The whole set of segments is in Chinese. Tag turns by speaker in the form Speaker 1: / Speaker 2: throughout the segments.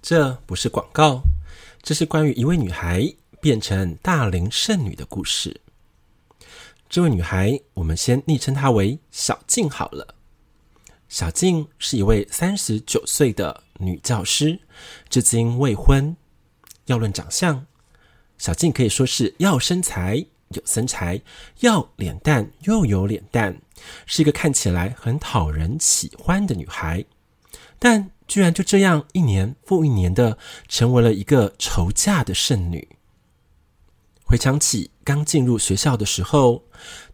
Speaker 1: 这不是广告，这是关于一位女孩变成大龄剩女的故事。这位女孩，我们先昵称她为小静好了。小静是一位三十九岁的女教师，至今未婚。要论长相，小静可以说是要身材有身材，要脸蛋又有脸蛋，是一个看起来很讨人喜欢的女孩。但居然就这样一年复一年的成为了一个愁嫁的剩女。回想起刚进入学校的时候，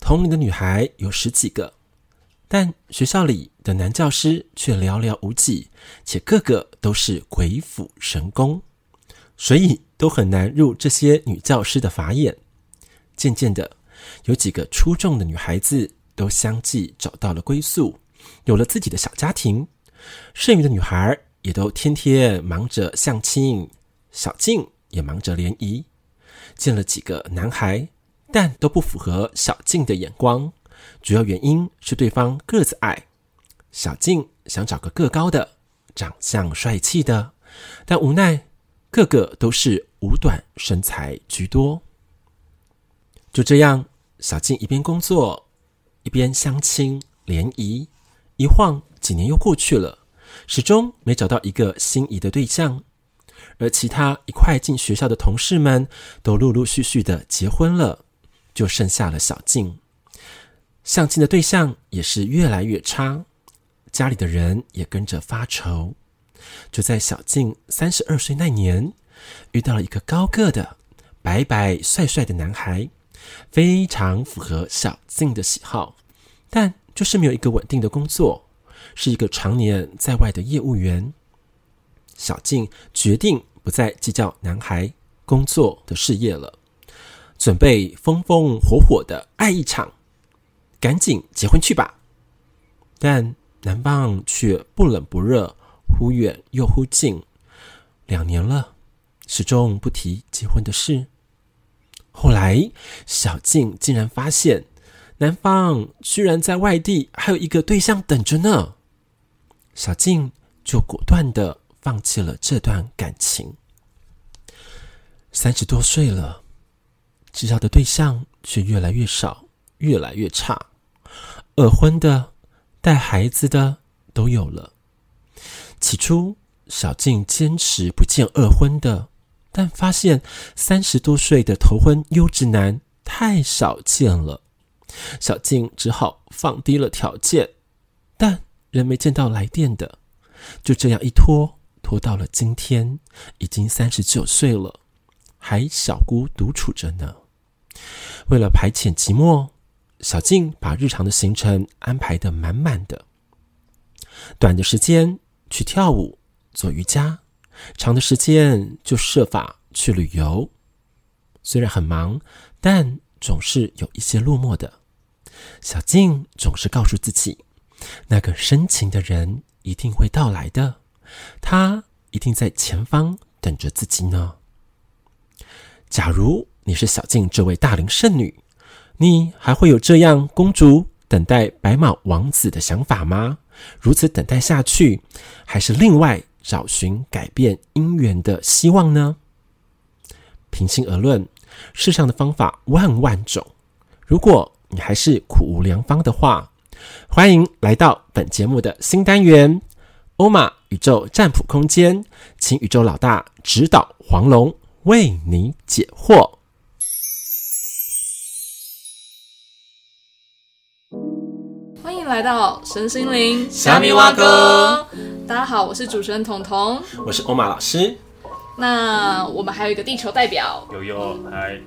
Speaker 1: 同龄的女孩有十几个，但学校里的男教师却寥寥无几，且个个都是鬼斧神工，所以都很难入这些女教师的法眼。渐渐的，有几个出众的女孩子都相继找到了归宿，有了自己的小家庭，剩余的女孩儿也都天天忙着相亲，小静也忙着联谊，见了几个男孩，但都不符合小静的眼光。主要原因是对方个子矮，小静想找个个高的、长相帅气的，但无奈个个都是五短身材居多。就这样，小静一边工作，一边相亲联谊，一晃几年又过去了，始终没找到一个心仪的对象。而其他一块进学校的同事们都陆陆续续的结婚了，就剩下了小静。相亲的对象也是越来越差，家里的人也跟着发愁。就在小静三十二岁那年，遇到了一个高个的、白白帅帅的男孩，非常符合小静的喜好，但就是没有一个稳定的工作，是一个常年在外的业务员。小静决定不再计较男孩工作的事业了，准备风风火火的爱一场。赶紧结婚去吧。但男方却不冷不热，忽远又忽近，两年了，始终不提结婚的事。后来，小静竟然发现，男方居然在外地还有一个对象等着呢。小静就果断的放弃了这段感情。三十多岁了，知道的对象却越来越少，越来越差。二婚的、带孩子的都有了。起初，小静坚持不见二婚的，但发现三十多岁的头婚优质男太少见了，小静只好放低了条件，但仍没见到来电的。就这样一拖，拖到了今天，已经三十九岁了，还小姑独处着呢。为了排遣寂寞，小静把日常的行程安排得满满的。短的时间去跳舞、做瑜伽，长的时间就设法去旅游。虽然很忙，但总是有一些落寞的。小静总是告诉自己，那个深情的人一定会到来的，他一定在前方等着自己呢。假如你是小静这位大龄剩女，你还会有这样公主等待白马王子的想法吗？如此等待下去，还是另外找寻改变姻缘的希望呢？平心而论，世上的方法万万种，如果你还是苦无良方的话，欢迎来到本节目的新单元“欧玛宇宙占卜空间”，请宇宙老大指导黄龙为你解惑。
Speaker 2: 欢迎来到神心灵
Speaker 1: 虾米蛙哥，
Speaker 2: 大家好，我是主持人彤彤。
Speaker 1: 我是欧玛老师，
Speaker 2: 那我们还有一个地球代表，
Speaker 3: 有有，还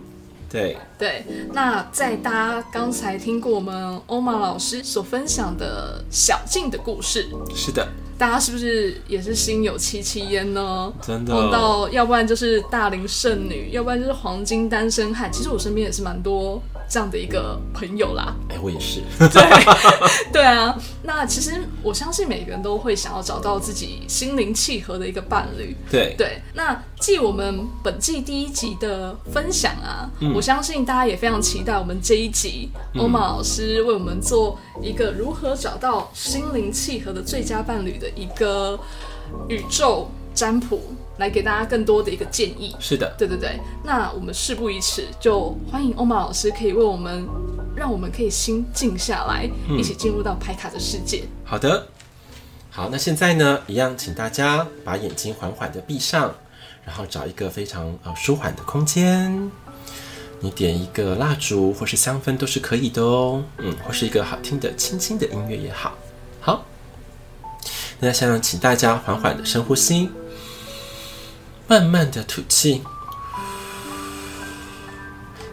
Speaker 1: 对，
Speaker 2: 对。那在大家刚才听过我们欧玛老师所分享的小静的故事，
Speaker 1: 是的，
Speaker 2: 大家是不是也是心有戚戚焉呢？
Speaker 1: 真的哦
Speaker 2: 碰到要不然就是大龄剩女，要不然就是黄金单身汉。其实我身边也是蛮多这样的一个朋友啦。
Speaker 1: 哎，我也是，
Speaker 2: 对啊，那其实我相信每个人都会想要找到自己心灵契合的一个伴侣。
Speaker 1: 对
Speaker 2: 对，那继我们本季第一集的分享啊，我相信大家也非常期待我们这一集欧玛老师为我们做一个如何找到心灵契合的最佳伴侣的一个宇宙占卜来给大家更多的一个建议。
Speaker 1: 是的，
Speaker 2: 对对对，那我们事不宜迟，就欢迎欧玛老师可以为我们，让我们可以心静下来，
Speaker 1: 嗯
Speaker 2: 一起进入到牌卡的世界。
Speaker 1: 好的，好，那现在呢，一样，请大家把眼睛缓缓的闭上，然后找一个非常呃舒缓的空间。你点一个蜡烛或是香氛都是可以的哦，嗯，或是一个好听的、轻轻的音乐也好。好，那现在请大家缓缓的深呼吸，慢慢的吐气，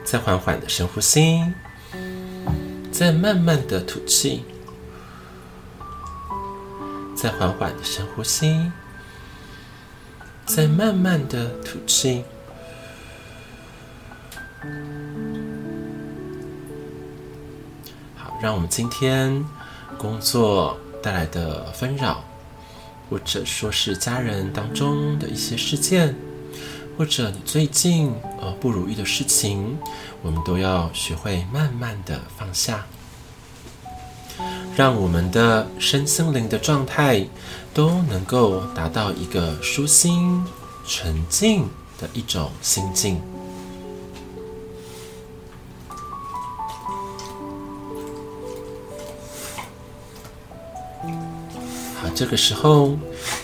Speaker 1: 再缓缓的深呼吸，再慢慢的吐气，再缓缓的深呼吸，再慢慢的吐气。好，让我们今天工作带来的纷扰，或者说是家人当中的一些事件，或者你最近呃不如意的事情，我们都要学会慢慢的放下，让我们的身心灵的状态都能够达到一个舒心、沉静的一种心境。好，这个时候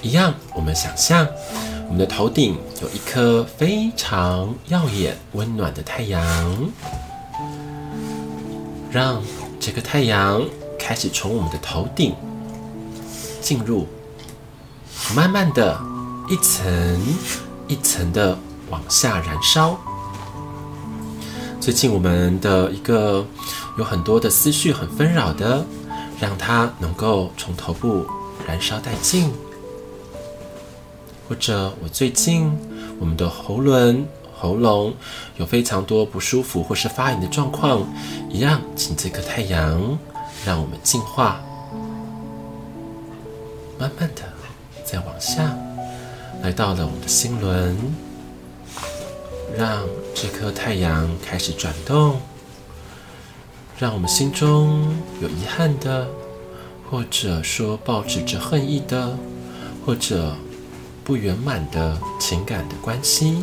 Speaker 1: 一样，我们想象我们的头顶有一颗非常耀眼、温暖的太阳，让这个太阳开始从我们的头顶进入，慢慢的一层一层的往下燃烧。最近我们的一个有很多的思绪很纷扰的，让它能够从头部燃烧殆尽，或者我最近我们的喉轮、喉咙有非常多不舒服或是发炎的状况，一样，请这颗太阳让我们净化，慢慢的再往下，来到了我们的心轮。让这颗太阳开始转动，让我们心中有遗憾的，或者说抱持着恨意的，或者不圆满的情感的关系，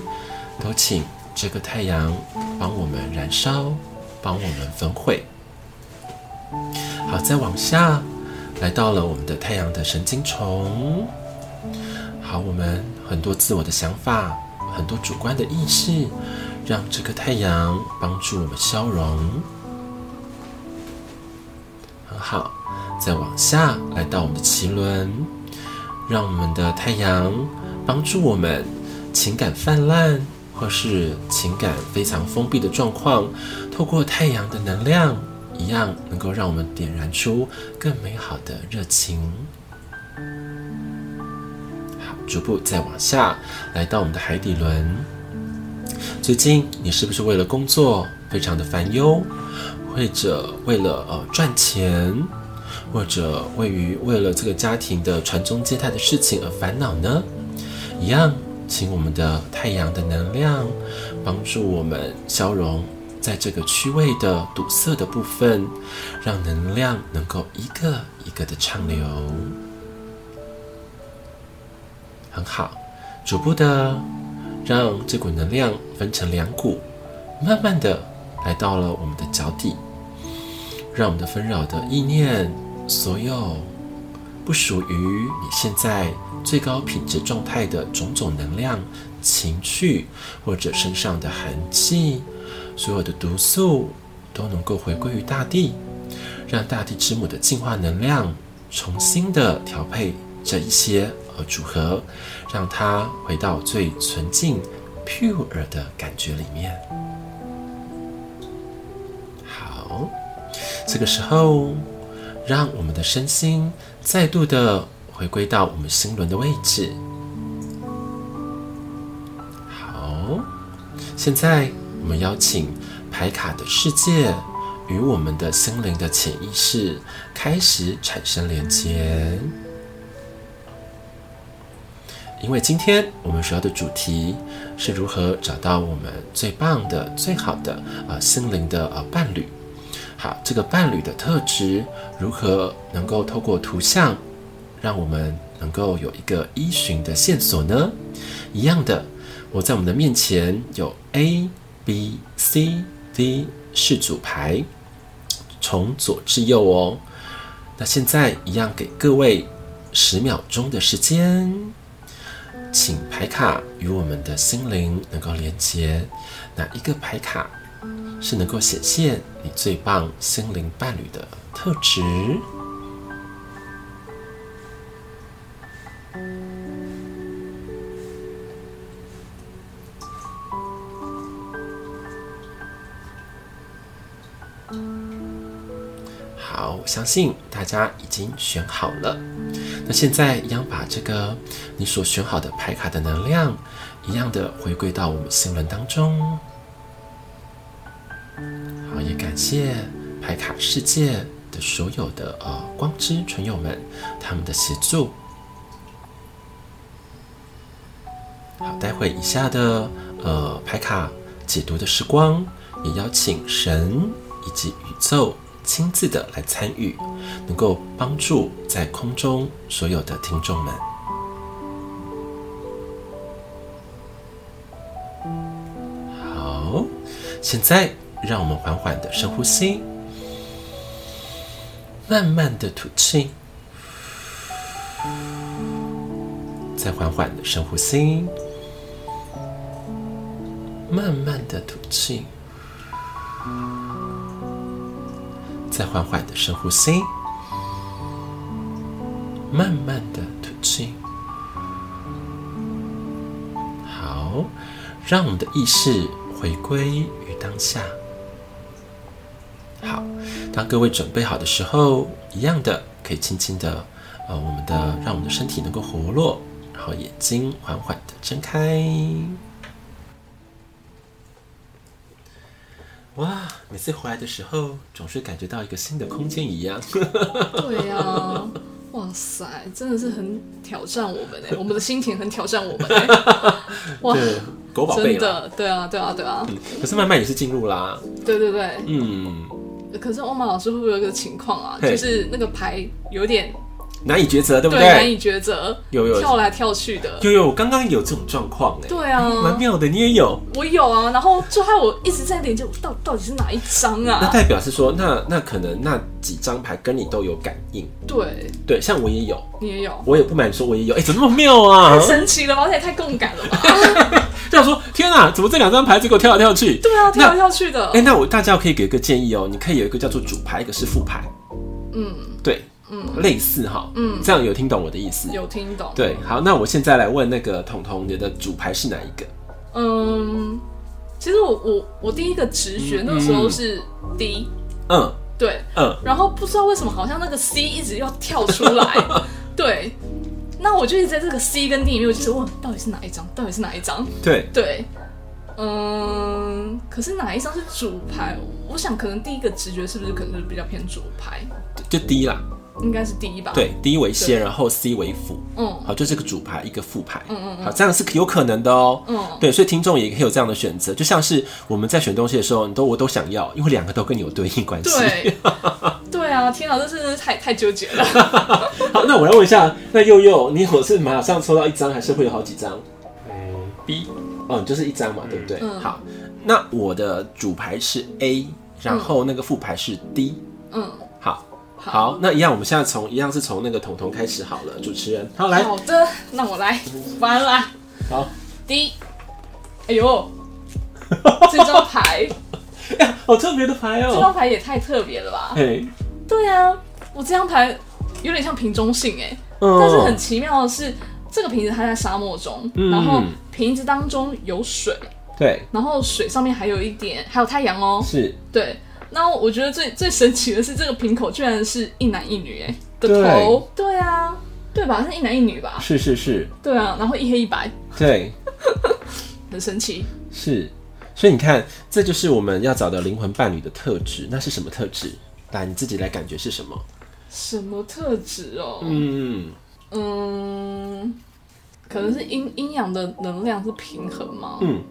Speaker 1: 都请这个太阳帮我们燃烧，帮我们焚毁。好，再往下，来到了我们的太阳的神经丛。好，我们很多自我的想法，很多主观的意识，让这个太阳帮助我们消融。很好，再往下来到我们的脐轮，让我们的太阳帮助我们情感泛滥或是情感非常封闭的状况，透过太阳的能量，一样能够让我们点燃出更美好的热情。好，逐步再往下，来到我们的海底轮。最近你是不是为了工作非常的烦忧，或者为了呃赚钱，或者位于为了这个家庭的传宗接代的事情而烦恼呢？一样，请我们的太阳的能量帮助我们消融在这个区位的堵塞的部分，让能量能够一个一个的畅流。很好，逐步的让这股能量分成两股，慢慢的来到了我们的脚底，让我们的纷扰的意念，所有不属于你现在最高品质状态的种种能量、情绪或者身上的寒气，所有的毒素都能够回归于大地，让大地之母的净化能量重新的调配这一些呃组合，让它回到最纯净、pure 的感觉里面。好，这个时候，让我们的身心再度的回归到我们心轮的位置。好，现在我们邀请牌卡的世界与我们的心灵的潜意识开始产生连接。因为今天我们主要的主题是如何找到我们最棒的、最好的呃心灵的呃伴侣。好，这个伴侣的特质如何能够透过图像，让我们能够有一个依循的线索呢？一样的，我在我们的面前有 A、B、C、D 四组牌，从左至右哦。那现在一样给各位十秒钟的时间，请牌卡与我们的心灵能够连接。哪一个牌卡是能够显现你最棒心灵伴侣的特质？好，我相信大家已经选好了。那现在一样把这个你所选好的牌卡的能量，一样的回归到我们心轮当中。好，也感谢牌卡世界的所有的呃光之纯友们他们的协助。好，待会以下的呃牌卡解读的时光，也邀请神以及宇宙亲自的来参与，能够帮助在空中所有的听众们。好，现在让我们缓缓的深呼吸，慢慢的吐气，再缓缓的深呼吸，慢慢的吐气，再缓缓的深呼吸，慢慢的吐气。好，让我们的意识回归于当下。好，当各位准备好的时候，一样的可以轻轻的，呃，我们的让我们的身体能够活络，然后眼睛缓缓的睁开。哇，每次回来的时候，总是感觉到一个新的空间一样。
Speaker 2: 对呀、
Speaker 1: 啊
Speaker 2: 哇塞，真的是很挑战我们 哎、我们的心田很挑战我们哎、哇，
Speaker 1: 对，狗宝贝
Speaker 2: 真
Speaker 1: 了。
Speaker 2: 的，对啊，对啊，对啊，
Speaker 1: 可是慢慢也是进入啦，
Speaker 2: 对对对。
Speaker 1: 嗯，
Speaker 2: 可是欧玛老师会不会有一个情况啊？
Speaker 1: 嘿
Speaker 2: 就是那个牌有点
Speaker 1: 难以抉择，对不
Speaker 2: 对难以抉择，
Speaker 1: 有有
Speaker 2: 跳来跳去的。
Speaker 1: 有有，我刚刚有这种状况哎，
Speaker 2: 对啊，
Speaker 1: 蛮妙的，你也有。
Speaker 2: 我有啊，然后就害我一直在连接，我到到底是哪一张
Speaker 1: 那
Speaker 2: 啊？
Speaker 1: 代表是说，那那可能那几张牌跟你都有感应，
Speaker 2: 对，
Speaker 1: 对，像我也有，
Speaker 2: 你也有，
Speaker 1: 我也不瞒你说，我也有，哎、怎么那么妙啊
Speaker 2: 太？神奇了吧，而且太共感了吧？
Speaker 1: 这样说，天哪、怎么这两张牌就给我跳来跳去？
Speaker 2: 对 啊，跳
Speaker 1: 那
Speaker 2: 来跳去的
Speaker 1: 哎、，那我大家可以给一个建议哦，你可以有一个叫做主牌，一个是副牌，
Speaker 2: 嗯，
Speaker 1: 对，嗯，类似哈，嗯，这样有听懂我的意思？
Speaker 2: 有听懂，
Speaker 1: 对，好，那我现在来问那个彤彤，你的主牌是哪一个？
Speaker 2: 嗯，其实我我我第一个直觉那时候是 D，
Speaker 1: 嗯
Speaker 2: 对，
Speaker 1: 嗯，
Speaker 2: 然后不知道为什么好像那个 C 一直要跳出 来，对，那我就一直在这个 C 跟 D 里面，我就一直问到底是哪一张，到底是哪一张？
Speaker 1: 对，
Speaker 2: 对，嗯，可是哪一张是主牌？我想可能第一个直觉是不是可能就是比较偏主牌，
Speaker 1: 就第一啦，
Speaker 2: 应该是第一吧？，
Speaker 1: 对，第一为先，
Speaker 2: 啊对
Speaker 1: 然后 C 为辅，
Speaker 2: 嗯
Speaker 1: 好，就是个主牌，一个副牌，
Speaker 2: 嗯嗯嗯
Speaker 1: 好，这样是有可能的哦。
Speaker 2: 嗯，
Speaker 1: 对，所以听众也可以有这样的选择，就像是我们在选东西的时候，你都我都想要，因为两个都跟你有对应关系。
Speaker 2: 对，对啊，天啊，这真的是太太纠结了。
Speaker 1: 好，那我来问一下，那佑佑，你我是马上抽到一张，还是会有好几张？
Speaker 3: 嗯，B
Speaker 1: 哦，你就是一张嘛，对不对？
Speaker 2: 嗯
Speaker 1: 好，那我的主牌是 A，然后那个副牌是 D。
Speaker 2: 嗯，
Speaker 1: 好，
Speaker 2: 好
Speaker 1: 好，那一样，我们现在从一样是从那个彤彤开始好了，主持人，好来，
Speaker 2: 好的，那我来，完了。
Speaker 1: 好，
Speaker 2: D，哎呦， 这 张牌，
Speaker 1: 哎好特别的牌
Speaker 2: 这
Speaker 1: 哦
Speaker 2: 张，牌也太特别了吧？
Speaker 1: 嘿，
Speaker 2: 对啊，我这张牌有点像瓶中信哎、
Speaker 1: 嗯
Speaker 2: 但是很奇妙的是，这个瓶子它在沙漠中，
Speaker 1: 嗯
Speaker 2: 然后瓶子当中有水，
Speaker 1: 对，
Speaker 2: 然后水上面还有一点，还有太阳哦。
Speaker 1: 是，
Speaker 2: 对，那我觉得最最神奇的是，这个瓶口居然是一男一女哎、的
Speaker 1: 对
Speaker 2: 头，对啊，对吧？是一男一女吧？
Speaker 1: 是是是，
Speaker 2: 对啊，然后一黑一白，
Speaker 1: 对，
Speaker 2: 很神奇。
Speaker 1: 是，所以你看，这就是我们要找的灵魂伴侣的特质。那是什么特质？来，你自己来感觉是什么？
Speaker 2: 什么特质哦？
Speaker 1: 嗯，
Speaker 2: 嗯，可能是阴阴阳的能量是平衡吗？
Speaker 1: 嗯，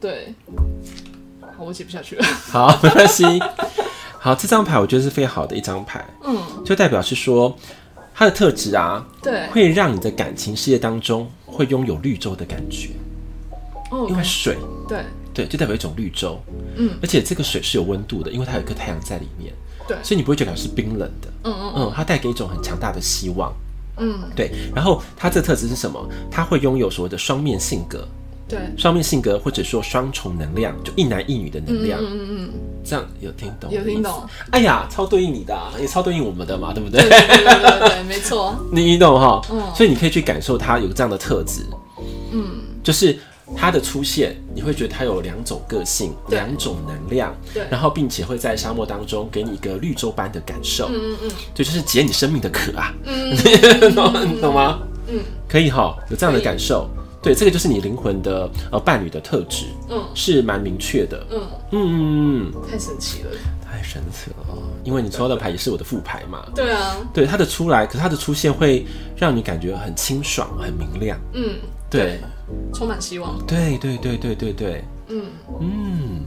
Speaker 2: 对。好，我解不下去了。
Speaker 1: 好，没 关系。好，这张牌我觉得是非常好的一张牌，
Speaker 2: 嗯
Speaker 1: 就代表是说，它的特质啊，
Speaker 2: 对，
Speaker 1: 会让你的感情世界当中会拥有绿洲的感觉，
Speaker 2: 哦
Speaker 1: 因为水，
Speaker 2: 对
Speaker 1: 对，就代表一种绿洲，
Speaker 2: 嗯，
Speaker 1: 而且这个水是有温度的，因为它有一颗太阳在里面，
Speaker 2: 对，
Speaker 1: 所以你不会觉得它是冰冷的，
Speaker 2: 嗯嗯
Speaker 1: 嗯，它带给一种很强大的希望，
Speaker 2: 嗯，
Speaker 1: 对。然后它这个特质是什么？它会拥有所谓的双面性格，
Speaker 2: 对，
Speaker 1: 双面性格或者说双重能量，就一男一女的能
Speaker 2: 嗯
Speaker 1: 量，
Speaker 2: 嗯嗯嗯，
Speaker 1: 这样有听懂？
Speaker 2: 有听懂。
Speaker 1: 哎呀，超对应你的、啊，也超对应我们的嘛，对不对？
Speaker 2: 对对对对对对，没错，
Speaker 1: 你你懂哈？
Speaker 2: 嗯
Speaker 1: 所以你可以去感受它有这样的特质，
Speaker 2: 嗯，
Speaker 1: 就是它的出现，你会觉得它有两种个性，
Speaker 2: 对
Speaker 1: 两种能量，
Speaker 2: 对
Speaker 1: 然后并且会在沙漠当中给你一个绿洲般的感受，
Speaker 2: 嗯嗯
Speaker 1: 对，就是解你生命的渴啊，
Speaker 2: 嗯
Speaker 1: 懂懂吗？
Speaker 2: 嗯
Speaker 1: 可以哈，有这样的
Speaker 2: 可以
Speaker 1: 感受，对，这个就是你灵魂的呃伴侣的特质，
Speaker 2: 嗯
Speaker 1: 是蛮明确的，
Speaker 2: 嗯
Speaker 1: 嗯，
Speaker 2: 嗯，太神奇了，
Speaker 1: 太神奇了哦，因为你抽到的牌也是我的副牌嘛，
Speaker 2: 对啊，
Speaker 1: 对它的出来，可它的出现会让你感觉很清爽、很明亮。
Speaker 2: 嗯，
Speaker 1: 对，
Speaker 2: 充满希望，
Speaker 1: 对，对，对，对，对，对，
Speaker 2: 嗯，
Speaker 1: 嗯，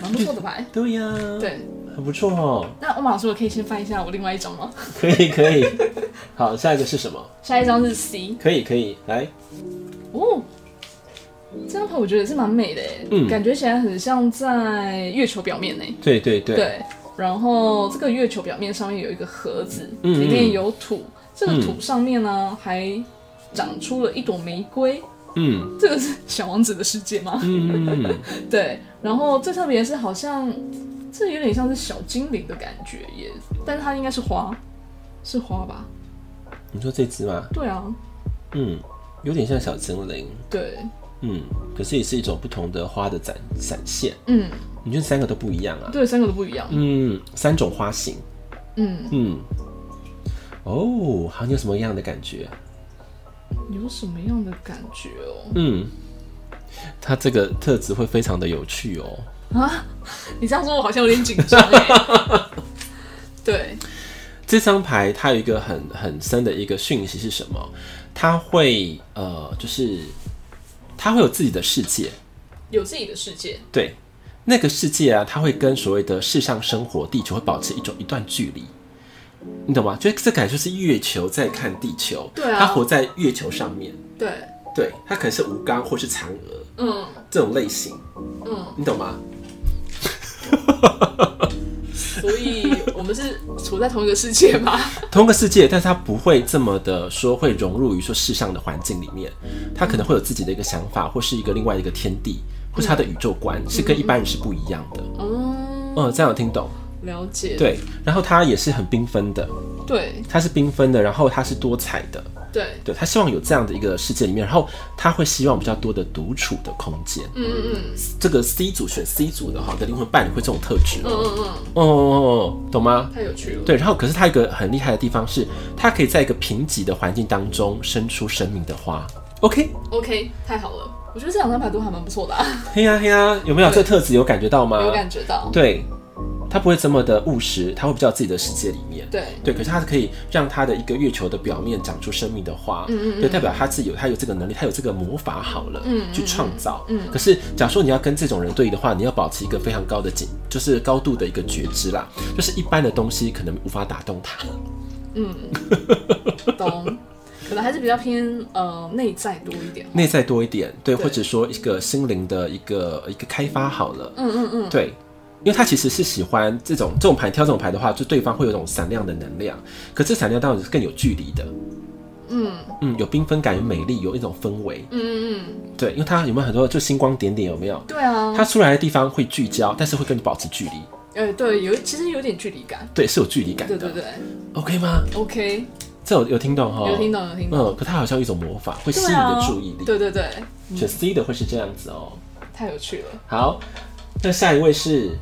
Speaker 2: 蛮不错的牌，
Speaker 1: 对呀，，
Speaker 2: 对。
Speaker 1: 很不错哦，
Speaker 2: 那欧马老师，我可以先翻一下我另外一张吗？
Speaker 1: 可以，可以。好，下一个是什么？
Speaker 2: 下一张是 C，
Speaker 1: 可以，可以，来，
Speaker 2: 哦，这张牌我觉得也是蛮美的耶，
Speaker 1: 嗯
Speaker 2: 感觉起来很像在月球表面呢。
Speaker 1: 对，对，对，
Speaker 2: 对，然后这个月球表面上面有一个盒子，
Speaker 1: 嗯
Speaker 2: 里面有土，这个土上面呢还长出了一朵玫瑰。
Speaker 1: 嗯
Speaker 2: 这个是小王子的世界吗？
Speaker 1: 嗯，
Speaker 2: 对，然后最特别的是好像这有点像是小精灵的感觉耶，但是它应该是花，是花吧？
Speaker 1: 你说这只吗？
Speaker 2: 对啊，
Speaker 1: 嗯，有点像小精灵，
Speaker 2: 对，
Speaker 1: 嗯，可是也是一种不同的花的展展现。
Speaker 2: 嗯，
Speaker 1: 你觉得三个都不一样啊？
Speaker 2: 对，三个都不一样，
Speaker 1: 嗯，三种花型，
Speaker 2: 嗯，
Speaker 1: 嗯，哦，好，你有什么样的感觉？啊
Speaker 2: 有什么样的感觉哦？
Speaker 1: 嗯，它这个特质会非常的有趣哦。
Speaker 2: 啊，你这样说我好像有点紧张哎。 对，
Speaker 1: 这张牌它有一个很很深的一个讯息是什么？它会呃，就是它会有自己的世界，
Speaker 2: 有自己的世界，
Speaker 1: 对，那个世界啊，它会跟所谓的世上生活地球会保持一种一段距离。你懂吗？就这感觉就是月球在看地球，
Speaker 2: 对啊
Speaker 1: 它活在月球上面，
Speaker 2: 对，
Speaker 1: 对，它可能是吴刚或是嫦娥
Speaker 2: 嗯
Speaker 1: 这种类型，
Speaker 2: 嗯，
Speaker 1: 你懂吗？
Speaker 2: 所以我们是处在同一个世 界吧？
Speaker 1: 同个世界，但是他不会这么的说会融入于说世上的环境里面，他可能会有自己的一个想法，或是一个另外一个天地，或是他的宇宙观是跟一般人是不一样的。
Speaker 2: 嗯，
Speaker 1: 嗯，这样有听懂？
Speaker 2: 了解，
Speaker 1: 对，然后他也是很缤纷的，
Speaker 2: 对
Speaker 1: 他是缤纷的，然后他是多彩的，
Speaker 2: 对，
Speaker 1: 对他希望有这样的一个世界里面，然后他会希望比较多的独处的空间。
Speaker 2: 嗯嗯
Speaker 1: 这个 C 组选 C 组的哈的灵魂伴侣会这种特质
Speaker 2: 嗯
Speaker 1: 哦，
Speaker 2: 嗯嗯，
Speaker 1: 哦哦，哦懂吗？
Speaker 2: 太有趣了，
Speaker 1: 对，然后可是它有一个很厉害的地方是，它可以在一个贫瘠的环境当中生出生命的花。OK，
Speaker 2: ，OK，太好了，我觉得这两张牌都还蛮不错的、啊，
Speaker 1: 嘿呀嘿呀，有没有这
Speaker 2: 对
Speaker 1: 特质有感觉到吗？
Speaker 2: 有感觉到，
Speaker 1: 对，它不会这么的务实，它会比较自己的世界里面。
Speaker 2: 对
Speaker 1: 对，可是它可以让它的一个月球的表面长出生命的花，
Speaker 2: 嗯嗯嗯
Speaker 1: 对，代表它自己有它有这个能力，它有这个魔法好了，
Speaker 2: 嗯嗯
Speaker 1: 去创造。
Speaker 2: 嗯嗯
Speaker 1: 可是假如说你要跟这种人对弈的话，你要保持一个非常高的警，就是高度的一个觉知啦，就是一般的东西可能无法打动他。
Speaker 2: 懂，可能还是比较偏呃内在多一点，
Speaker 1: 内在多一点，对，
Speaker 2: 对
Speaker 1: 或者说一个心灵的一个一个开发好了，
Speaker 2: 嗯嗯嗯，
Speaker 1: 对，因为他其实是喜欢这种这种牌，挑这种牌的话，就对方会有一种闪亮的能量，可这闪亮当然是更有距离的，
Speaker 2: 嗯嗯
Speaker 1: 嗯，有缤纷感，有美丽，有一种氛围，
Speaker 2: 嗯嗯，
Speaker 1: 对，因为它有没有很多就星光点点，有没有？
Speaker 2: 对啊，
Speaker 1: 它出来的地方会聚焦，但是会跟你保持距离，
Speaker 2: 哎、对，有其实有点距离感，
Speaker 1: 对，是有距离感
Speaker 2: 对
Speaker 1: 的
Speaker 2: 对对
Speaker 1: o k 吗？
Speaker 2: ，OK，
Speaker 1: 这有有听懂哈？
Speaker 2: 有听懂有听懂，
Speaker 1: 嗯，可它好像有一种魔法，会吸引
Speaker 2: 对
Speaker 1: 你的
Speaker 2: 啊，
Speaker 1: 注意力。
Speaker 2: 对对对，
Speaker 1: 选 C 的会是这样子哦、
Speaker 2: 太有趣了，
Speaker 1: 好，那下一位是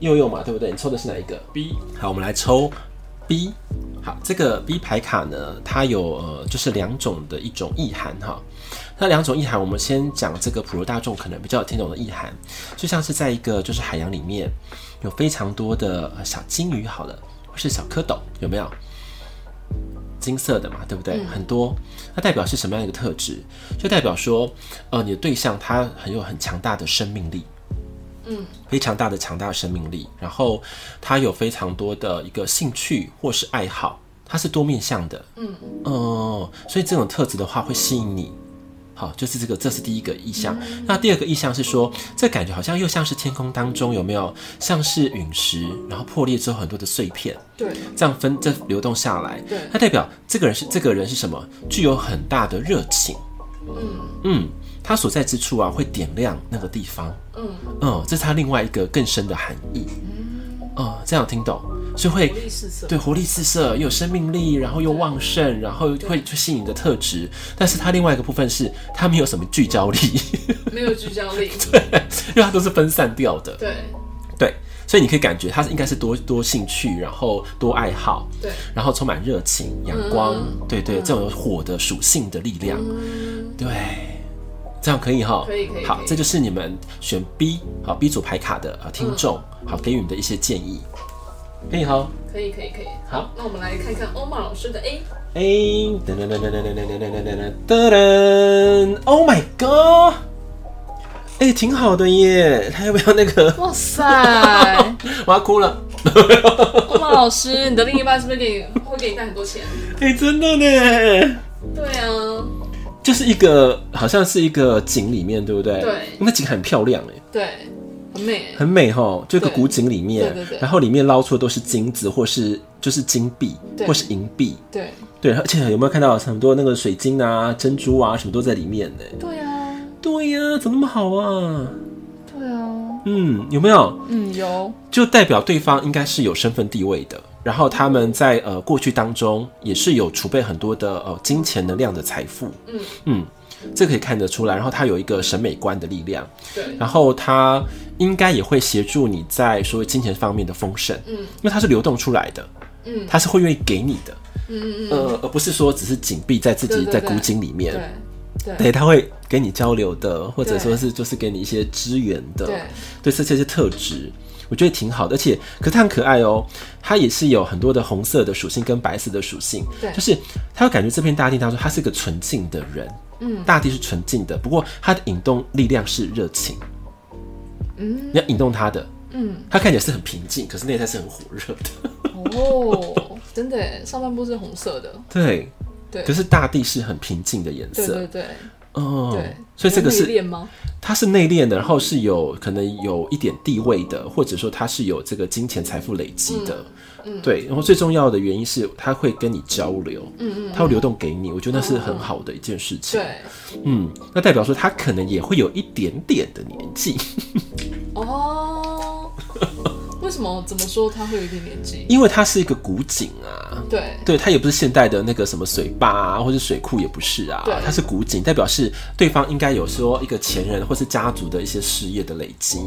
Speaker 1: 佑佑嘛，对不对？你抽的是哪一个？B。好，我们来抽 B。好，这个 B 牌卡呢，它有呃，就是两种的一种意涵哈。那两种意涵，我们先讲这个普罗大众可能比较听懂的意涵，就像是在一个就是海洋里面有非常多的呃小金鱼，好了，或是小蝌蚪，有没有？金色的嘛，对不对？很多，那代表是什么样的一个特质？就代表说，呃，你的对象他很有很强大的生命力，
Speaker 2: 嗯，
Speaker 1: 非常大的强大的生命力，然后他有非常多的一个兴趣或是爱好，它是多面向的，嗯，哦、所以这种特质的话会吸引你。好，就是这个，这是第一个意象。那第二个意象是说，这感觉好像又像是天空当中有没有像是陨石，然后破裂之后很多的碎片，
Speaker 2: 对
Speaker 1: 这样分这流动下来，
Speaker 2: 对
Speaker 1: 它代表这个人是这个人是什么？具有很大的热情，嗯嗯，他所在之处啊会点亮那个地方，嗯嗯，这是他另外一个更深的含义，嗯，这样有听懂，所以会
Speaker 2: 活力四射，
Speaker 1: 对，活力四射，又有生命力，然后又旺盛，然后会去吸引你的特质。但是它另外一个部分是，它没有什么聚焦力，
Speaker 2: 没有聚焦力，
Speaker 1: 因为它都是分散掉的。
Speaker 2: 对
Speaker 1: 对，所以你可以感觉它应该是多多兴趣，然后多爱好，
Speaker 2: 对，
Speaker 1: 然后充满热情、阳光，对对，这种有火的属性的力量，
Speaker 2: 嗯
Speaker 1: 对，这样可以哈，
Speaker 2: 可以可以
Speaker 1: 好
Speaker 2: 可，以嗯
Speaker 1: 这就是你们选 B 好 B 组牌卡的啊听众，好给予你们的一些建议，可以哈。
Speaker 2: 可以可以可以。
Speaker 1: 好，
Speaker 2: 那我们来看看欧玛老师的 A，
Speaker 1: 哎，噔噔噔噔噔噔噔噔噔噔噔噔，Oh my god！哎、挺好的耶，他要不要那个？
Speaker 2: 哇塞，
Speaker 1: 我要哭了！
Speaker 2: 欧玛老师，你的另一半是不是给你会给你带很多钱？
Speaker 1: 哎、真的呢，
Speaker 2: 对啊，
Speaker 1: 就是一个好像是一个景里面，对不对？
Speaker 2: 对
Speaker 1: 那景很漂亮哎，
Speaker 2: 对，很美，
Speaker 1: 很美哈，就一个古井里面，
Speaker 2: 对对对
Speaker 1: 然后里面捞出的都是金子或是就是金币
Speaker 2: 对
Speaker 1: 或是银币，
Speaker 2: 对
Speaker 1: 对，而且有没有看到很多那个水晶啊、珍珠啊什么都在里面呢？
Speaker 2: 对啊，
Speaker 1: 对呀、怎么那么好啊？
Speaker 2: 对啊，
Speaker 1: 嗯，有没有？
Speaker 2: 嗯，有，
Speaker 1: 就代表对方应该是有身份地位的，然后他们在呃过去当中也是有储备很多的呃金钱能量的财富，
Speaker 2: 嗯
Speaker 1: 嗯，这可以看得出来。然后他有一个审美观的力量，
Speaker 2: 对，
Speaker 1: 然后他应该也会协助你在所谓金钱方面的丰盛，
Speaker 2: 嗯
Speaker 1: 因为它是流动出来的，
Speaker 2: 嗯
Speaker 1: 他是会愿意给你的，
Speaker 2: 嗯嗯嗯，
Speaker 1: 呃，而不是说只是紧闭在自己
Speaker 2: 对对
Speaker 1: 在
Speaker 2: 对
Speaker 1: 古井里面，
Speaker 2: 对对
Speaker 1: 对，他会给你交流的，或者
Speaker 2: 对
Speaker 1: 说是就是给你一些支援的，
Speaker 2: 对
Speaker 1: 对，是这些特质，我觉得挺好的。而且，可是它很可爱哦，它也是有很多的红色的属性跟白色的属性，
Speaker 2: 对
Speaker 1: 就是它会感觉这片大地当中，它是一个纯净的人，
Speaker 2: 嗯，
Speaker 1: 大地是纯净的，不过它的引动力量是热情，
Speaker 2: 嗯
Speaker 1: 你要引动它的，
Speaker 2: 嗯，
Speaker 1: 它看起来是很平静，可是内在是很火热的，
Speaker 2: 哦，真的耶，上半部是红色的，
Speaker 1: 对。
Speaker 2: 对
Speaker 1: 可是大地是很平静的颜
Speaker 2: 对对
Speaker 1: 色，
Speaker 2: 对
Speaker 1: 哦
Speaker 2: 对，
Speaker 1: 所以这个是
Speaker 2: 有内敛吗？
Speaker 1: 他是内敛的，然后是有可能有一点地位的，或者说他是有这个金钱财富累积的，对。然后最重要的原因是他会跟你交流，嗯嗯，他会流动给你，我觉得那是很好的一件事情，
Speaker 2: 对，
Speaker 1: 嗯，那代表说他可能也会有一点点的年纪，
Speaker 2: 哦，为什么？怎么说他会有一点年纪？
Speaker 1: 因为他是一个古井啊。
Speaker 2: 对
Speaker 1: 对，它也不是现代的那个什么水坝啊，或者水库也不是啊
Speaker 2: 对，
Speaker 1: 它是古井，代表是对方应该有说一个前人或是家族的一些事业的累积，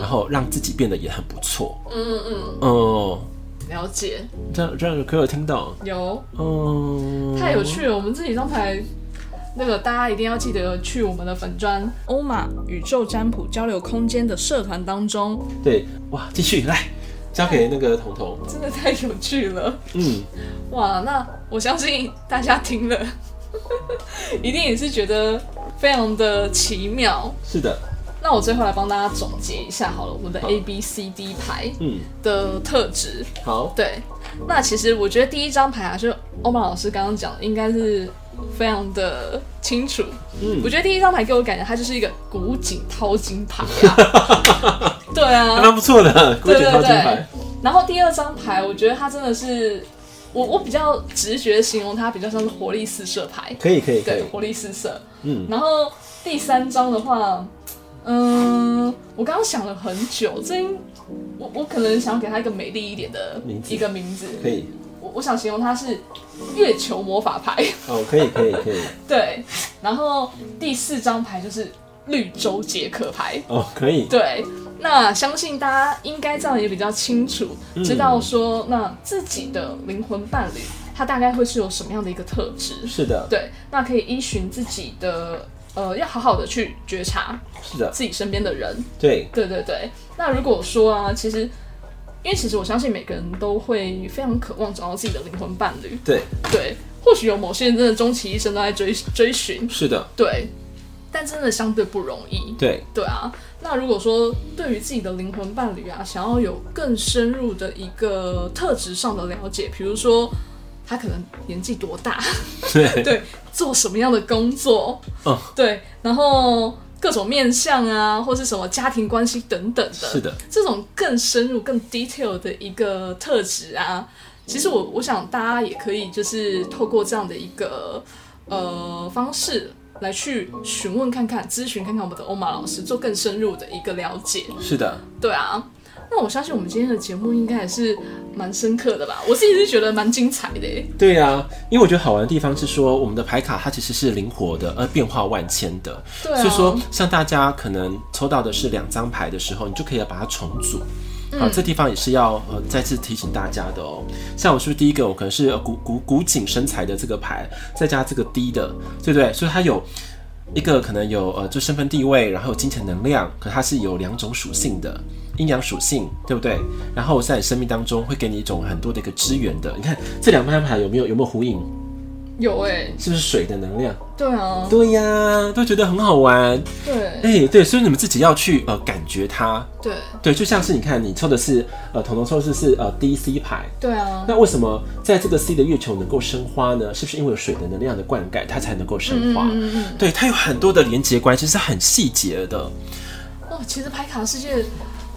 Speaker 1: 然后让自己变得也很不错，
Speaker 2: 嗯嗯
Speaker 1: 哦、
Speaker 2: 嗯，了解，
Speaker 1: 这样这样可有听到？
Speaker 2: 有，
Speaker 1: 嗯，
Speaker 2: 太有趣了。我们这几张牌，那个大家一定要记得去我们的粉砖欧玛宇宙占卜交流空间的社团当中，
Speaker 1: 对，哇，继续来交给那个彤彤。
Speaker 2: 真的太有趣了。
Speaker 1: 嗯，
Speaker 2: 哇，那我相信大家听了，一定也是觉得非常的奇妙。
Speaker 1: 是的，
Speaker 2: 那我最后来帮大家总结一下好了，我们的 A B C D 牌
Speaker 1: 嗯，
Speaker 2: 的特质。
Speaker 1: 好，
Speaker 2: 对，那其实我觉得第一张牌啊，就是欧曼老师刚刚讲的，应该是非常的清楚。
Speaker 1: 嗯
Speaker 2: 我觉得第一张牌给我感觉它就是一个古井淘金牌啊。对
Speaker 1: 还
Speaker 2: 啊，
Speaker 1: 蛮不错的，估
Speaker 2: 对
Speaker 1: 计
Speaker 2: 对
Speaker 1: 超金
Speaker 2: 对
Speaker 1: 牌。。
Speaker 2: 然后第二张牌，我觉得它真的是，我我比较直觉形容它，比较像是活力四射牌。
Speaker 1: 可以可以可
Speaker 2: 对
Speaker 1: 以，，
Speaker 2: 活力四射。
Speaker 1: 嗯
Speaker 2: 然后第三章的话，嗯、我刚刚想了很久，这应我我可能想给他一个美丽一点的
Speaker 1: 名字
Speaker 2: 一个名字，
Speaker 1: 可以，
Speaker 2: 我我想形容它是月球魔法牌，
Speaker 1: 哦，可以可以可以，
Speaker 2: 对。然后第四张牌就是绿洲杰克牌，
Speaker 1: 哦，可以，
Speaker 2: 对。那相信大家应该这样也比较清楚，知道说那自己的灵魂伴侣，他大概会是有什么样的一个特质？
Speaker 1: 是的，
Speaker 2: 对，那可以依循自己的呃，要好好的去觉察
Speaker 1: 是的，
Speaker 2: 自己身边的人。
Speaker 1: 对，
Speaker 2: 对对对。那如果说啊，其实因为其实我相信每个人都会非常渴望找到自己的灵魂伴侣。
Speaker 1: 对，
Speaker 2: 对，或许有某些人真的终其一生都在追追寻，
Speaker 1: 是的，
Speaker 2: 对，但真的相对不容易。
Speaker 1: 对，
Speaker 2: 对啊，那如果说对于自己的灵魂伴侣啊，想要有更深入的一个特质上的了解，比如说他可能年纪多大，
Speaker 1: 对，
Speaker 2: 对，做什么样的工作，
Speaker 1: 嗯，
Speaker 2: 对，然后各种面相啊，或是什么家庭关系等等的，
Speaker 1: 是的，
Speaker 2: 这种更深入、更 detail 的一个特质啊，其实我我想大家也可以就是透过这样的一个呃方式来去询问看看、咨询看看我们的欧玛老师，做更深入的一个了解。
Speaker 1: 是的，
Speaker 2: 对啊，那我相信我们今天的节目应该也是蛮深刻的吧？我自己是觉得蛮精彩的欸耶。
Speaker 1: 对呀、因为我觉得好玩的地方是说，我们的牌卡它其实是灵活的，而变化万千的。
Speaker 2: 对啊，
Speaker 1: 所以说，像大家可能抽到的是两张牌的时候，你就可以把它重组。
Speaker 2: 嗯
Speaker 1: 啊，这地方也是要呃再次提醒大家的哦。像我是不是第一个，我可能是呃古古古井身材的这个牌，再加这个低的，对不对？所以它有一个可能有呃就身份地位，然后有金钱能量，可它是有两种属性的，阴阳属性，对不对？然后在你生命当中会给你一种很多的一个支援的。你看这两张牌有没有有没有呼应？
Speaker 2: 有哎、
Speaker 1: 是不是水的能量？
Speaker 2: 对啊，
Speaker 1: 对呀、都觉得很好玩。
Speaker 2: 对
Speaker 1: 哎、对，所以你们自己要去呃感觉它，
Speaker 2: 对
Speaker 1: 对，就像是你看你抽的是呃，彤彤抽的是是呃 DC 牌，
Speaker 2: 对啊，
Speaker 1: 那为什么在这个 C 的月球能够生花呢？是不是因为有水的能量的灌溉，它才能够生花？
Speaker 2: 嗯嗯
Speaker 1: 对，它有很多的连接关系，是很细节的。
Speaker 2: 哇，其实牌卡世界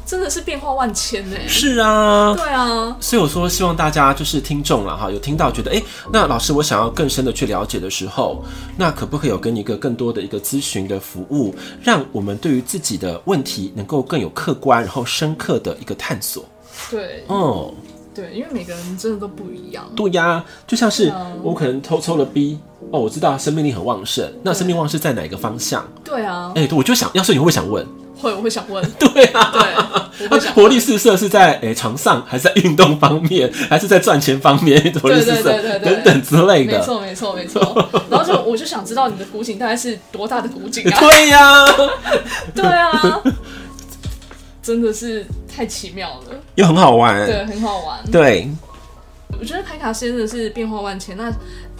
Speaker 2: 真的是变化万千呢。
Speaker 1: 是啊。
Speaker 2: 对啊，
Speaker 1: 所以我说，希望大家就是听众了哈，有听到觉得，哎、那老师我想要更深的去了解的时候，那可不可以有跟一个更多的一个咨询的服务，让我们对于自己的问题能够更有客观，然后深刻的一个探索？
Speaker 2: 对
Speaker 1: 哦、
Speaker 2: 对，因为每个人真的都不一样。
Speaker 1: 对呀，就像是
Speaker 2: 嗯
Speaker 1: 我可能偷抽了 B，哦，我知道生命力很旺盛，那生命旺盛在哪一个方向？
Speaker 2: 对啊，
Speaker 1: 哎、对我就想，要是你会不会想问，
Speaker 2: 会我会想问，
Speaker 1: 对啊，
Speaker 2: 对，我
Speaker 1: 那
Speaker 2: 会想
Speaker 1: 活力四射是在哎、床上，还是在运动方面， 还是在赚钱方面？活力四
Speaker 2: 对
Speaker 1: 射
Speaker 2: 对对对
Speaker 1: 等等之类
Speaker 2: 没
Speaker 1: 的。
Speaker 2: 错，没错，没错。然后就我就想知道你的古井大概是多大的古井啊？
Speaker 1: 对 呀、
Speaker 2: 对啊，真的是太奇妙了，
Speaker 1: 又很好玩。
Speaker 2: 对，很好玩。
Speaker 1: 对
Speaker 2: 我觉得牌卡真的是变化万千，那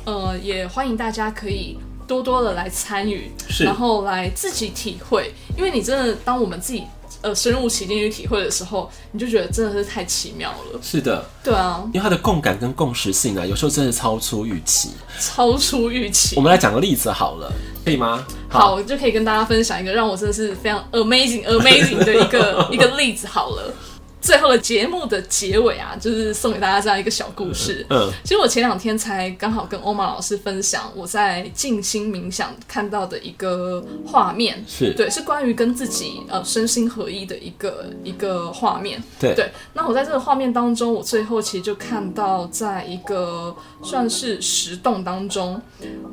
Speaker 2: 呃也欢迎大家可以多多的来参与，
Speaker 1: 是
Speaker 2: 然后来自己体会，因为你真的当我们自己呃深入其境去体会的时候，你就觉得真的是太奇妙了，
Speaker 1: 是的，
Speaker 2: 对啊，
Speaker 1: 因为它的共感跟共识性啊，有时候真的超出预期。
Speaker 2: 超出预期
Speaker 1: 我。们来讲个例子好了，可以吗？
Speaker 2: 好，，我就可以跟大家分享一个让我真的是非常 amazing amazing 的一 个一个例子好了。最后的节目的结尾啊，就是送给大家这样一个小故事。
Speaker 1: 嗯，
Speaker 2: 其实我前两天才刚好跟欧玛老师分享我在静心冥想看到的一个画面，
Speaker 1: 是
Speaker 2: 对，是关于跟自己呃身心合一的一个一个画面。
Speaker 1: 对
Speaker 2: 对，那我在这个画面当中，我最后其实就看到，在一个算是石洞当中，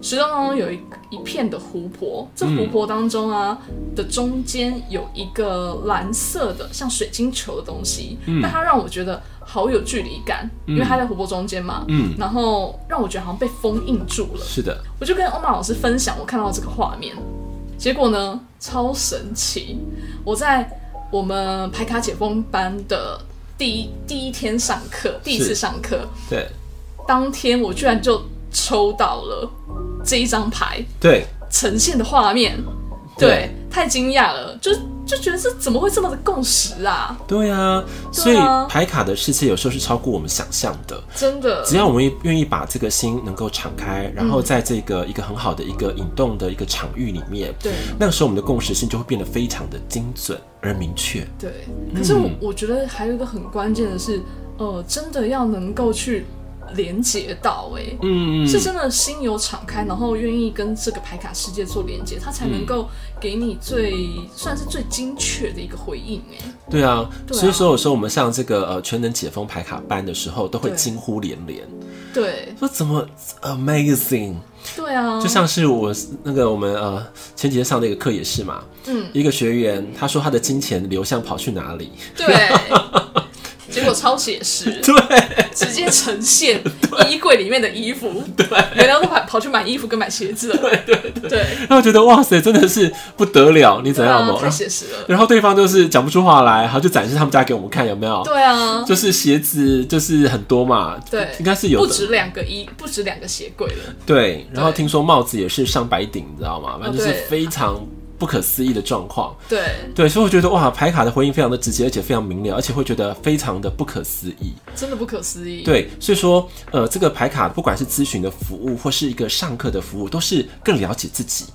Speaker 2: 石洞当中有一一片的湖泊，这
Speaker 1: 嗯
Speaker 2: 湖泊当中啊、的中间有一个蓝色的像水晶球的东西，
Speaker 1: 嗯
Speaker 2: 那、它让我觉得好有距离感，因为它在湖泊中间嘛，
Speaker 1: 嗯，
Speaker 2: 然后让我觉得好像被封印住了。
Speaker 1: 是的，
Speaker 2: 我就跟欧玛老师分享我看到这个画面，结果呢超神奇！我在我们排卡解封班的第一第一天上课，第一次上课，
Speaker 1: 对
Speaker 2: 当天我居然就抽到了这一张牌
Speaker 1: 对
Speaker 2: 呈现的画面，对，
Speaker 1: 对
Speaker 2: 太惊讶了，就就觉得这怎么会这么的共识啊？
Speaker 1: 对啊，所以
Speaker 2: 对啊
Speaker 1: 牌卡的世界有时候是超过我们想象的。
Speaker 2: 真的，
Speaker 1: 只要我们愿意把这个心能够敞开，然后在这个一个很好的一个引动的一个场域里面，
Speaker 2: 对
Speaker 1: 那个时候我们的共识性就会变得非常的精准而明确。
Speaker 2: 对，可是我、
Speaker 1: 嗯
Speaker 2: 我觉得还有一个很关键的是，呃，真的要能够去连接到哎、欸
Speaker 1: 嗯
Speaker 2: 是真的心有敞开，然后愿意跟这个牌卡世界做连接，它才能够给你最、算是最精确的一个回应。哎，
Speaker 1: 对啊，
Speaker 2: 对啊
Speaker 1: 所以说有时候我们上这个呃全能解封牌卡班的时候，都会
Speaker 2: 对
Speaker 1: 惊呼连连，
Speaker 2: 对，
Speaker 1: 说怎么 amazing，
Speaker 2: 对啊，
Speaker 1: 就像是我那个我们呃前几天上那个课也是嘛，
Speaker 2: 嗯，
Speaker 1: 一个学员他说他的金钱流向跑去哪里，
Speaker 2: 对，结果超写实，
Speaker 1: 对。
Speaker 2: 直接呈现衣柜里面的衣服，对，原来都跑跑去买衣服跟买鞋子了，对对对，
Speaker 1: 然后觉得哇塞，真的是不得了，你怎
Speaker 2: 对
Speaker 1: 样
Speaker 2: 啊
Speaker 1: 嘛，？
Speaker 2: 太
Speaker 1: 然后
Speaker 2: 写实了，
Speaker 1: 然后对方就是讲不出话来，然后就展示他们家给我们看，有没有？
Speaker 2: 对啊，
Speaker 1: 就是鞋子，就是很多嘛，
Speaker 2: 对
Speaker 1: 应该是有
Speaker 2: 不
Speaker 1: 的，
Speaker 2: 止两个衣，不止两个鞋柜了，
Speaker 1: 对。然后
Speaker 2: 对哦
Speaker 1: 听说帽子也是上百顶，你知道吗？反正就是
Speaker 2: 对
Speaker 1: 非常不可思议的状况。
Speaker 2: 对，
Speaker 1: 对，所以我觉得哇，牌卡的回应非常的直接，而且非常明了，而且会觉得非常的不可思议。
Speaker 2: 真的不可思议。
Speaker 1: 对，所以说，呃，这个牌卡不管是咨询的服务，或是一个上课的服务，都是更了解自己，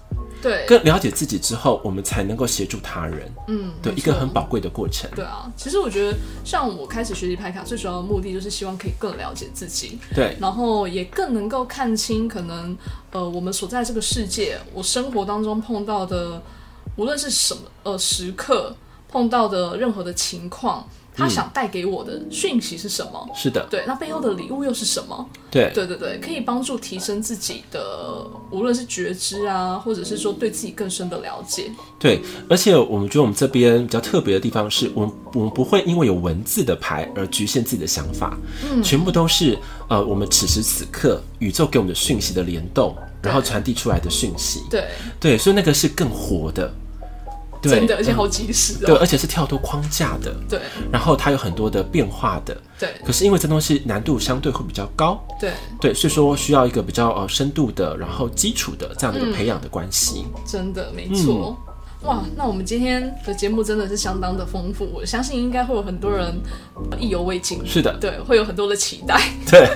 Speaker 2: 对，
Speaker 1: 更了解自己之后，我们才能够协助他人，
Speaker 2: 嗯，
Speaker 1: 对，
Speaker 2: 没
Speaker 1: 一个
Speaker 2: 错
Speaker 1: 很宝贵的过程。
Speaker 2: 对啊，其实我觉得，像我开始学习牌卡，最主要的目的就是希望可以更了解自己，
Speaker 1: 对，
Speaker 2: 然后也更能够看清可能呃我们所在这个世界，我生活当中碰到的，无论是什么呃时刻碰到的任何的情况，它想带给我的讯息是什么？
Speaker 1: 是的，
Speaker 2: 对，那背后的礼物又是什么？
Speaker 1: 对，
Speaker 2: 对对对，可以帮助提升自己的，无论是觉知啊，或者是说对自己更深的了解。
Speaker 1: 对，而且我们觉得我们这边比较特别的地方是，我们我们不会因为有文字的牌而局限自己的想法，嗯，全部都是呃我们此时此刻宇宙给我们的讯息的联动，然后传递出来的讯息，
Speaker 2: 对，
Speaker 1: 对，所以那个是更活的，对，
Speaker 2: 真的，而且
Speaker 1: 嗯
Speaker 2: 好及时
Speaker 1: 对，
Speaker 2: 哦。
Speaker 1: 而且是跳脱框架的，
Speaker 2: 对
Speaker 1: 然后它有很多的变化的，
Speaker 2: 对
Speaker 1: 可是因为这东西难度相对会比较高，
Speaker 2: 对，
Speaker 1: 对，所以说需要一个比较呃深度的，然后基础的这样的
Speaker 2: 嗯
Speaker 1: 一个培养的关系，
Speaker 2: 真的没错。哇，那我们今天的节目真的是相当的丰富，我相信应该会有很多人呃意犹未尽，
Speaker 1: 是的，
Speaker 2: 对，会有很多的期待。
Speaker 1: 对，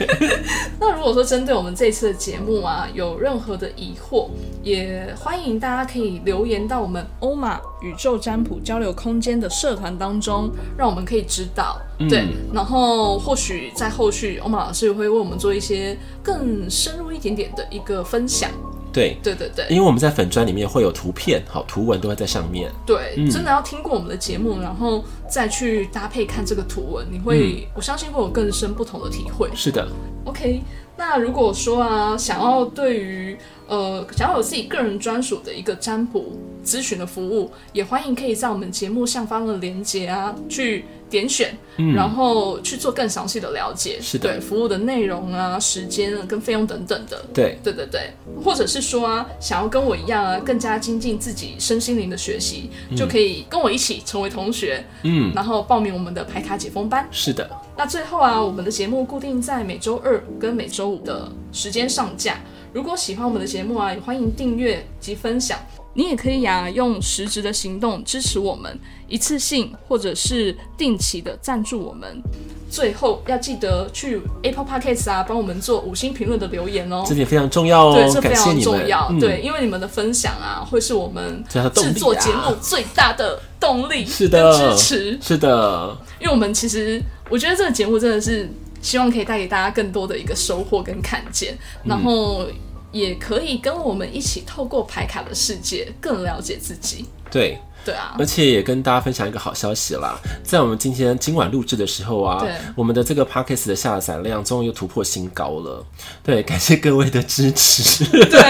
Speaker 2: 那如果说针对我们这一次的节目啊，有任何的疑惑，也欢迎大家可以留言到我们欧玛宇宙占卜交流空间的社团当中，让我们可以知道。
Speaker 1: 嗯
Speaker 2: 对，然后或许在后续欧玛老师也会为我们做一些更深入一点点的一个分享。
Speaker 1: 对。
Speaker 2: 对对对。
Speaker 1: 因为我们在粉砖里面会有图片，好图文都会在上面。
Speaker 2: 对，
Speaker 1: 嗯
Speaker 2: 真的要听过我们的节目，然后再去搭配看这个图文，你会，
Speaker 1: 嗯
Speaker 2: 我相信会有更深不同的体会。
Speaker 1: 是的，
Speaker 2: OK，那如果说啊，想要对于呃，想要有自己个人专属的一个占卜咨询的服务，也欢迎可以在我们节目下方的链接啊去点选，然后去做更详细的了解。
Speaker 1: 嗯是的
Speaker 2: 对服务的内容啊、时间啊跟费用等等的。
Speaker 1: 对，
Speaker 2: 对对对，或者是说啊，想要跟我一样啊，更加精进自己身心灵的学习，就可以跟我一起成为同学，
Speaker 1: 嗯，
Speaker 2: 然后报名我们的牌卡解封班。
Speaker 1: 是的，
Speaker 2: 那最后啊，我们的节目固定在每周二跟每周五的时间上架。如果喜欢我们的节目啊，也欢迎订阅及分享。你也可以啊，用实质的行动支持我们，一次性或者是定期的赞助我们。最后要记得去 Apple Podcast 啊，帮我们做五星评论的留言哦。
Speaker 1: 这点非常重要
Speaker 2: 对，这
Speaker 1: 哦，
Speaker 2: 非
Speaker 1: 感谢
Speaker 2: 常
Speaker 1: 你
Speaker 2: 重
Speaker 1: 们
Speaker 2: 要。。对，
Speaker 1: 嗯
Speaker 2: 因为你们的分享啊，会是我们
Speaker 1: 这样的动力
Speaker 2: 制
Speaker 1: 啊
Speaker 2: 作节目最大的动力
Speaker 1: 是
Speaker 2: 跟
Speaker 1: 的
Speaker 2: 支持。
Speaker 1: 是的，
Speaker 2: 因为我们其实我觉得这个节目真的是希望可以带给大家更多的一个收获跟看见，然后
Speaker 1: 嗯
Speaker 2: 也可以跟我们一起透过牌卡的世界更了解自己。
Speaker 1: 对，
Speaker 2: 对啊，
Speaker 1: 而且也跟大家分享一个好消息啦，在我们今天今晚录制的时候啊
Speaker 2: 对，
Speaker 1: 我们的这个 podcast 的下载量终于又突破新高了，对，感谢各位的支持，
Speaker 2: 对，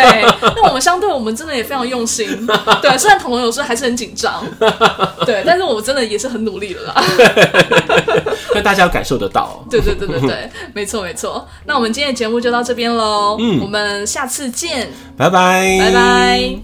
Speaker 2: 那我们相对我们真的也非常用心。对，虽然彤彤有时候还是很紧张，对，但是我真的也是很努力了啦。
Speaker 1: 那大家有感受得到，
Speaker 2: 对对对对对，没错没错。那我们今天的节目就到这边喽，嗯，我们下次见，
Speaker 1: 拜拜，
Speaker 2: 拜拜。